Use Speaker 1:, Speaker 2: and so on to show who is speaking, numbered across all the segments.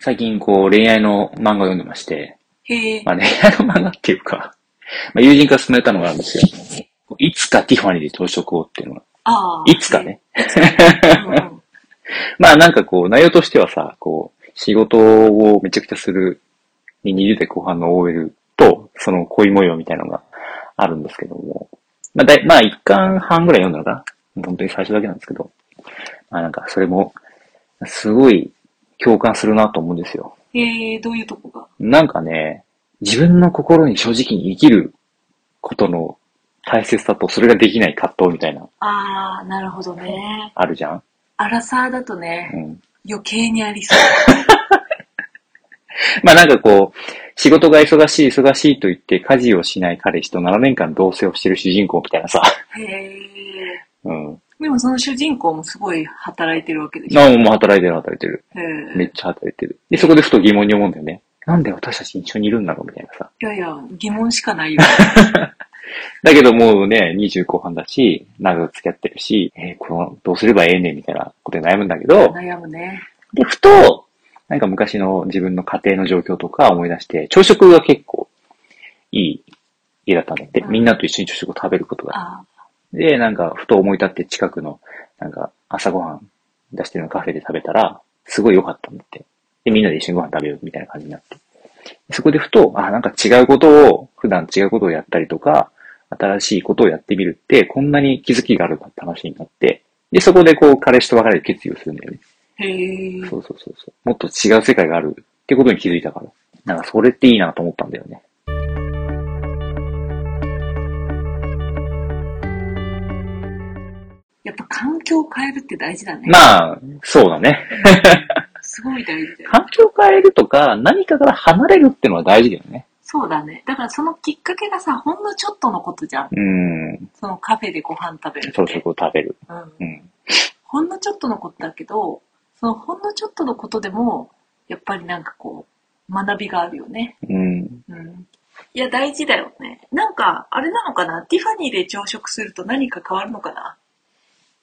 Speaker 1: 最近こう恋愛の漫画を読んでまして、
Speaker 2: へえ。
Speaker 1: まあ恋愛の漫画っていうか、まあ友人から勧められたのがあるんですよ。いつかティファニーで朝食をっていうのが、
Speaker 2: ああ。
Speaker 1: いつかね。
Speaker 2: うんうん。
Speaker 1: まあなんかこう内容としてはさ、こう、仕事をめちゃくちゃする20代後半の OL と、その恋模様みたいなのがあるんですけども、まあだい、まあ一巻半ぐらい読んだのかな本当に最初だけなんですけど、まあなんかそれも、すごい共感するなと思うんですよ。
Speaker 2: へえ、どういうとこが。
Speaker 1: なんかね、自分の心に正直に生きることの大切さとそれができない葛藤みたいな、
Speaker 2: ああ、なるほどね。
Speaker 1: あるじゃん
Speaker 2: アラサーだと
Speaker 1: う
Speaker 2: ね、
Speaker 1: ん。
Speaker 2: 余計にありそう。
Speaker 1: まあなんかこう、仕事が忙しい忙しいと言って家事をしない彼氏と7年間同棲をしてる主人公みたいなさ。
Speaker 2: へえ。
Speaker 1: うん。
Speaker 2: でもその主人公もすごい働いてるわけでしょ。
Speaker 1: ああ、もう働いてる働いてる。
Speaker 2: へえ
Speaker 1: めっちゃ働いてる。で、そこでふと疑問に思うんだよね。なんで私たち一緒にいるんだろうみたいなさ。
Speaker 2: いやいや、疑問しかない よ。
Speaker 1: だけどもうね、20後半だし、長く付き合ってるし、えーこの、どうすればええねんみたいなことで悩むんだけど、
Speaker 2: 悩 むね。
Speaker 1: で、ふと、なんか昔の自分の家庭の状況とか思い出して、朝食が結構いい家だったので、
Speaker 2: うん
Speaker 1: みんなと一緒に朝食を食べることが。
Speaker 2: あ
Speaker 1: で、なんかふと思い立って近くの、なんか朝ごはん出してるのカフェで食べたら、すごい良かったんだって。で、みんなで一緒にご飯食べようみたいな感じになって。そこでふと、あ、なんか違うことを、普段違うことをやったりとか、新しいことをやってみるって、こんなに気づきがあるかって話になって、で、そこでこう、彼氏と別れる決意をするんだよね。
Speaker 2: あ。へえ。
Speaker 1: そうそうそうそう。もっと違う世界があるってことに気づいたから。なんかそれっていいなと思ったんだよね。
Speaker 2: やっぱ環境を変えるって大事だね。
Speaker 1: まあ、そうだね。
Speaker 2: すごい大事だよ。
Speaker 1: 環境を変えるとか、何かから離れるってのは大事だよね。
Speaker 2: そうだね。だからそのきっかけがさ、ほんのちょっとのことじゃん。
Speaker 1: うん。
Speaker 2: そのカフェでご飯食べるって。
Speaker 1: 朝食を食べる。
Speaker 2: うん。
Speaker 1: うん。
Speaker 2: ほんのちょっとのことだけど、そのほんのちょっとのことでも、やっぱりなんかこう、学びがあるよね。
Speaker 1: うん。
Speaker 2: うん。いや、大事だよね。なんか、あれなのかなティファニーで朝食すると何か変わるのかな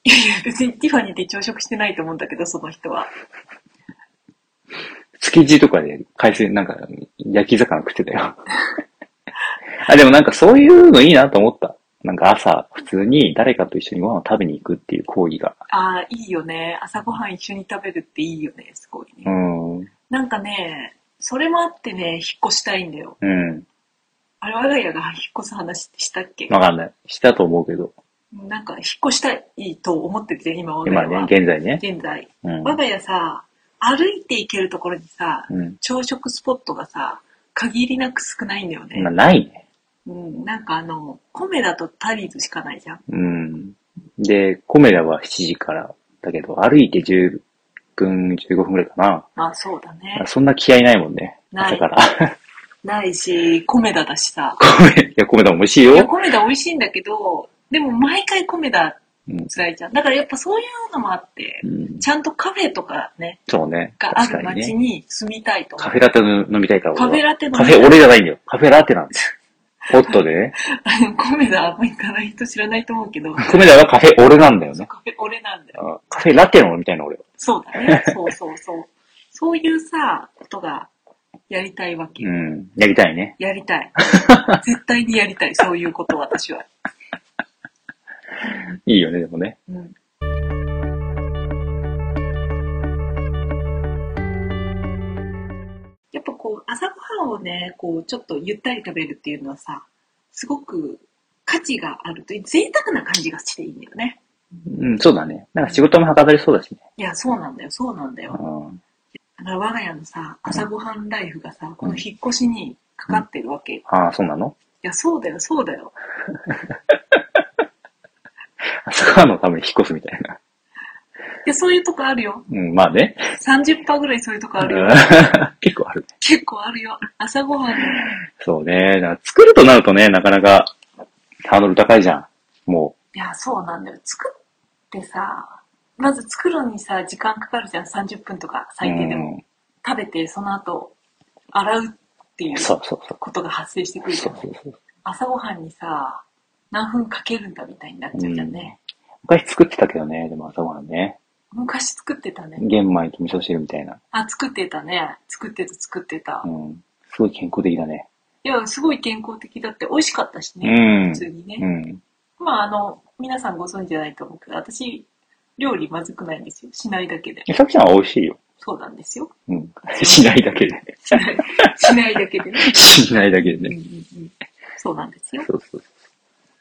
Speaker 2: いやいや、別にティファニーで朝食してないと思うんだけど、その人は。
Speaker 1: 築地とかで海鮮、なんか、焼き魚食ってた よ。あ、でもなんかそういうのいいなと思った。なんか朝、普通に誰かと一緒にご飯を食べに行くっていう行為が。
Speaker 2: ああ、いいよね。朝ごはん一緒に食べるっていいよね、すごいうね。
Speaker 1: ん。う
Speaker 2: なんかね、それもあってね、引っ越したいんだよ。
Speaker 1: ん。
Speaker 2: あれ、我が家が引っ越す話したっけ
Speaker 1: わかんない。したと思うけど。
Speaker 2: なんか、引っ越したいと思ってて、今我が
Speaker 1: 今
Speaker 2: 家
Speaker 1: ね、
Speaker 2: は。
Speaker 1: 現在ね。
Speaker 2: 現在。
Speaker 1: うん。
Speaker 2: 我が家さ、歩いて行けるところにさ、
Speaker 1: うん。
Speaker 2: 朝食スポットがさ、限りなく少ないんだよね。
Speaker 1: まあ、ないね。
Speaker 2: うん、なんかあの、コメだとタリーズしかないじゃん。
Speaker 1: うん。で、コメダは7時からだけど、歩いて10分、15分ぐらいかな。
Speaker 2: まあそうだね。
Speaker 1: そんな気合いないもんね。
Speaker 2: ない
Speaker 1: 朝から。
Speaker 2: ないし、コメダだしさ。
Speaker 1: コメ、いや、コメダも美味しい
Speaker 2: いや、
Speaker 1: よ。
Speaker 2: コメダ美味しいんだけど、でも毎回コメダ
Speaker 1: うん。
Speaker 2: 辛いじゃん。だからやっぱそういうのもあって
Speaker 1: う、ん、
Speaker 2: ちゃんとカフェとかね、
Speaker 1: そうね。
Speaker 2: があ
Speaker 1: 確か
Speaker 2: る
Speaker 1: に
Speaker 2: 街
Speaker 1: ね。
Speaker 2: に住みたいと思
Speaker 1: カ
Speaker 2: う。
Speaker 1: フェラテの飲みたいから
Speaker 2: カフェ
Speaker 1: 俺は。
Speaker 2: ラテの
Speaker 1: カフ ェ、俺じゃないんだよ。カフェラテなんです。ホットでね。
Speaker 2: あのコメダあんま行かない人知らないと思うけど、
Speaker 1: コメダはカフェ俺なんだよね。
Speaker 2: カフェ俺なんだよ。
Speaker 1: うんカフェラテのみたいな俺は。
Speaker 2: そうだ ね。そうそうそう。そういうさ、ことがやりたいわけ。
Speaker 1: うん。やりたいね。
Speaker 2: やり たい。絶対にやりたい。そういうこと、私は。
Speaker 1: いいよね、でもね。
Speaker 2: うん。やっぱこう、朝ごはんをね、こう、ちょっとゆったり食べるっていうのはさ、すごく価値があるという、贅沢な感じがしていいんだよね。
Speaker 1: うん、そうだね。なんか仕事もはかどりそうだしね。
Speaker 2: いや、そうなんだよ、そうなんだよ。
Speaker 1: うん。
Speaker 2: だから我が家のさ、朝ごはんライフがさ、この引っ越しにかかってるわけよ。
Speaker 1: ああ、そうなの
Speaker 2: いや、そうだよ、そうだよ。
Speaker 1: 朝ごはんのために引っ越すみたいな。
Speaker 2: いや、そういうとこあるよ。
Speaker 1: うん、まあね。
Speaker 2: 30%ぐらいそういうとこあるよ。
Speaker 1: 結構あるね。
Speaker 2: 結構あるよ。朝ごはんの
Speaker 1: そうね。だから作るとなるとね、なかなかハードル高いじゃん。も
Speaker 2: いや、そうなんだよ。作ってさ、まず作るのにさ、時間かかるじゃん。30分とか
Speaker 1: う。。
Speaker 2: 最低でも。食べて、その後、洗うっていううん
Speaker 1: そうそうそう。
Speaker 2: ことが発生してくるじ
Speaker 1: そ
Speaker 2: ゃ。
Speaker 1: うんそうそう。
Speaker 2: 朝ごはんにさ、何分かけるんだみたいになっちゃうじゃんね。
Speaker 1: 昔作ってたけどね、でも朝ごはんね。
Speaker 2: 昔作ってたね。
Speaker 1: 玄米と味噌汁みたいな。
Speaker 2: あ、作ってたね。作ってた、作ってた。
Speaker 1: うん。すごい健康的だね。
Speaker 2: いや、すごい健康的だって、美味しかったし
Speaker 1: う
Speaker 2: ね。
Speaker 1: ん
Speaker 2: 普。通に
Speaker 1: う
Speaker 2: ね。
Speaker 1: ん。
Speaker 2: まあ、あの、皆さんご存知じゃないと思うけど、私、料理まずくないんですよ。しないだけで。
Speaker 1: えさきちゃんは美味しいよ。
Speaker 2: そうなんで すよ。
Speaker 1: うん。しないだけで。
Speaker 2: しない、しないだけでね。
Speaker 1: しないだけ
Speaker 2: うん
Speaker 1: で
Speaker 2: うん
Speaker 1: ね。
Speaker 2: うん。そうなんですよ。い
Speaker 1: そうそうそう。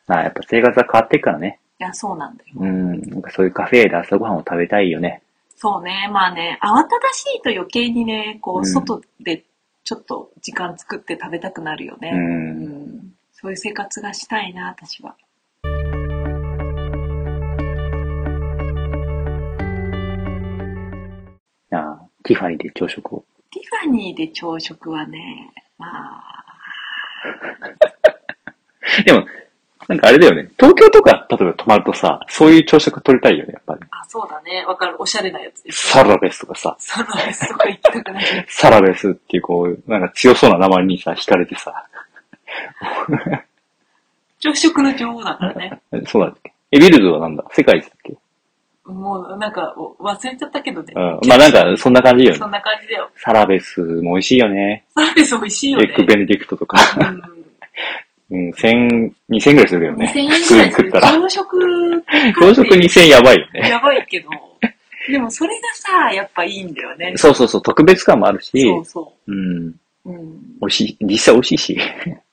Speaker 1: まあ、やっぱ生活は変わっていくからね。
Speaker 2: や、そうなんだよ。
Speaker 1: うん。なんかそういうカフェで朝ごはんを食べたいよね。
Speaker 2: そうね。まあね、慌ただしいと余計にね、こ
Speaker 1: うん
Speaker 2: う、外でちょっと時間作って食べたくなるよ
Speaker 1: う。
Speaker 2: ね。うんん。そういう生活がしたいな、私は。
Speaker 1: ああ、ティファニーで朝食を。
Speaker 2: ティファニーで朝食はね、まあ、
Speaker 1: でも、なんかあれだよね。東京とか、例えば泊まるとさ、そういう朝食取りたいよね、やっぱり。
Speaker 2: あ、そうだね。わかる。おしゃれなやつです。
Speaker 1: サラベスとかさ、
Speaker 2: サラベスとか行きたくない。
Speaker 1: サラベスっていうこう、なんか強そうな名前にさ、惹かれてさ、
Speaker 2: 朝食の女王だからね。
Speaker 1: そうだっけえ、ビルドはなんだ世界一だっけ
Speaker 2: もう、なんか、お忘れちゃったけどね。
Speaker 1: うん。まあなんか、そんな感じよね
Speaker 2: そ。んな感じだよ。
Speaker 1: サラベスも美味しいよね。
Speaker 2: サラベス美味しいよ
Speaker 1: エ
Speaker 2: ね。
Speaker 1: ッグベネディクトとか。
Speaker 2: う
Speaker 1: うん、千、二千ぐらいするよ
Speaker 2: ん。
Speaker 1: ね。
Speaker 2: 2000円ぐらいす
Speaker 1: 食っ
Speaker 2: る。
Speaker 1: たら。
Speaker 2: 朝食
Speaker 1: 朝食二千やばいよね。
Speaker 2: やばいけど。でもそれがさ、やっぱいいんだよね。
Speaker 1: そうそうそう、特別感もあるし、
Speaker 2: そうそ
Speaker 1: うん、
Speaker 2: う。うん。
Speaker 1: 美味しい、実際美味しいし。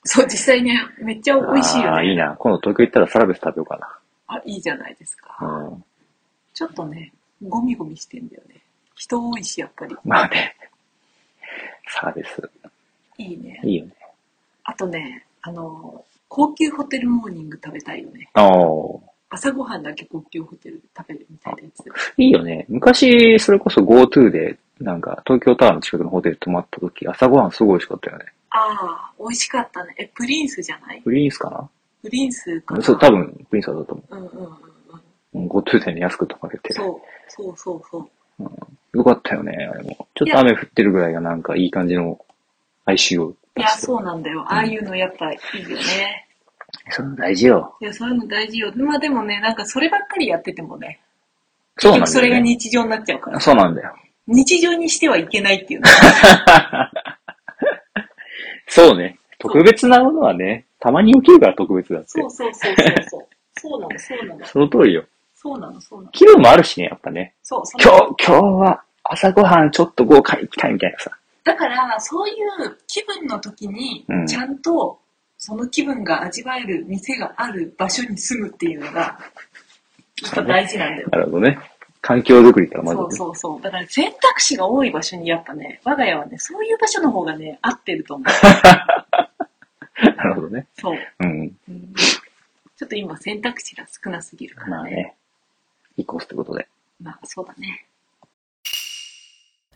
Speaker 2: そう、実際ね、めっちゃ美味しい
Speaker 1: あ
Speaker 2: よ
Speaker 1: あ、いい
Speaker 2: ね。
Speaker 1: な。今度東京行ったらサラベス食べようか
Speaker 2: あ、いいじゃないですか。
Speaker 1: な。うん。
Speaker 2: ちょっとね、ゴミゴミしてんだよね。人多いし、やっぱり。
Speaker 1: まあね。サラベス、
Speaker 2: いいね。
Speaker 1: いいよね。
Speaker 2: あとね、あの、高級ホテルモーニング食べたいよね。
Speaker 1: ああ。
Speaker 2: 朝ごはんだけ高級ホテルで食べるみたいなやつ。
Speaker 1: いいよね。昔、それこそ GoTo で、なんか、東京タワーの近くのホテル泊まった時、朝ごはんすごい美味しかったよね。
Speaker 2: ああ、美味しかったね。え、プリンスじゃない
Speaker 1: プリンスか
Speaker 2: プリンスか
Speaker 1: な
Speaker 2: な
Speaker 1: そう、多。分、プリンスだと思
Speaker 2: うんうんうんうん。
Speaker 1: ううん。GoTo でね、安く泊まれて。
Speaker 2: そう、そうそうそう。
Speaker 1: よかったよね、あれも。ちょっと雨降ってるぐらいがなんかいい感じの哀愁を
Speaker 2: い
Speaker 1: 出
Speaker 2: や、
Speaker 1: してる。
Speaker 2: そうなんだよ。ああいうのやっぱいいよね。
Speaker 1: それ大事よ。
Speaker 2: いや、そういうの大事よ。まあでもね、なんかそればっかりやっててもね、
Speaker 1: そうなんだよ、ね。
Speaker 2: それが日常になっちゃうから、
Speaker 1: そうなんだよ。
Speaker 2: 日常にしてはいけないっていうの。
Speaker 1: そうね。特別なものはね、たまに起きるから特別だって。
Speaker 2: そうそうそうそうそう。そうなの、そうなの。
Speaker 1: その通りよ。
Speaker 2: そうなの、そうなの。
Speaker 1: 気分もあるしね、やっぱね。
Speaker 2: そう、そ
Speaker 1: 今
Speaker 2: の
Speaker 1: 日、今日は朝ごはんちょっと豪華に行きたいみたいなさ。
Speaker 2: だから、そういう気分の時に
Speaker 1: うん、
Speaker 2: ちゃんと、その気分が味わえる店がある場所に住むっていうのが、きっと大事なんだよ。
Speaker 1: なるほどね。環境づくりからまず、
Speaker 2: そうそうそう。だから選択肢が多い場所にやっぱね、我が家はね、そういう場所の方がね、合って ると思う。
Speaker 1: なるほどね。
Speaker 2: そう。
Speaker 1: うん。
Speaker 2: うんちょっと今選択肢が少なすぎるか
Speaker 1: ま
Speaker 2: ら
Speaker 1: あ
Speaker 2: ね。
Speaker 1: ね。移行すってことで。
Speaker 2: まあそうだね。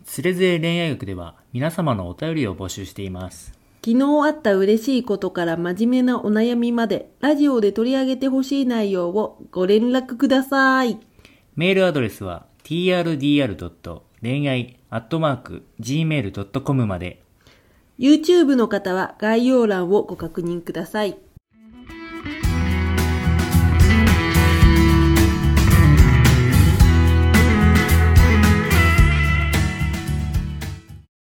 Speaker 3: つれづれ恋愛学では皆様のお便りを募集しています。
Speaker 4: 昨日あった嬉しいことから真面目なお悩みまで、ラジオで取り上げてほしい内容をご連絡ください。
Speaker 3: メールアドレスは trdr. 恋愛 .gmail.com まで。
Speaker 4: YouTube の方は概要欄をご確認ください。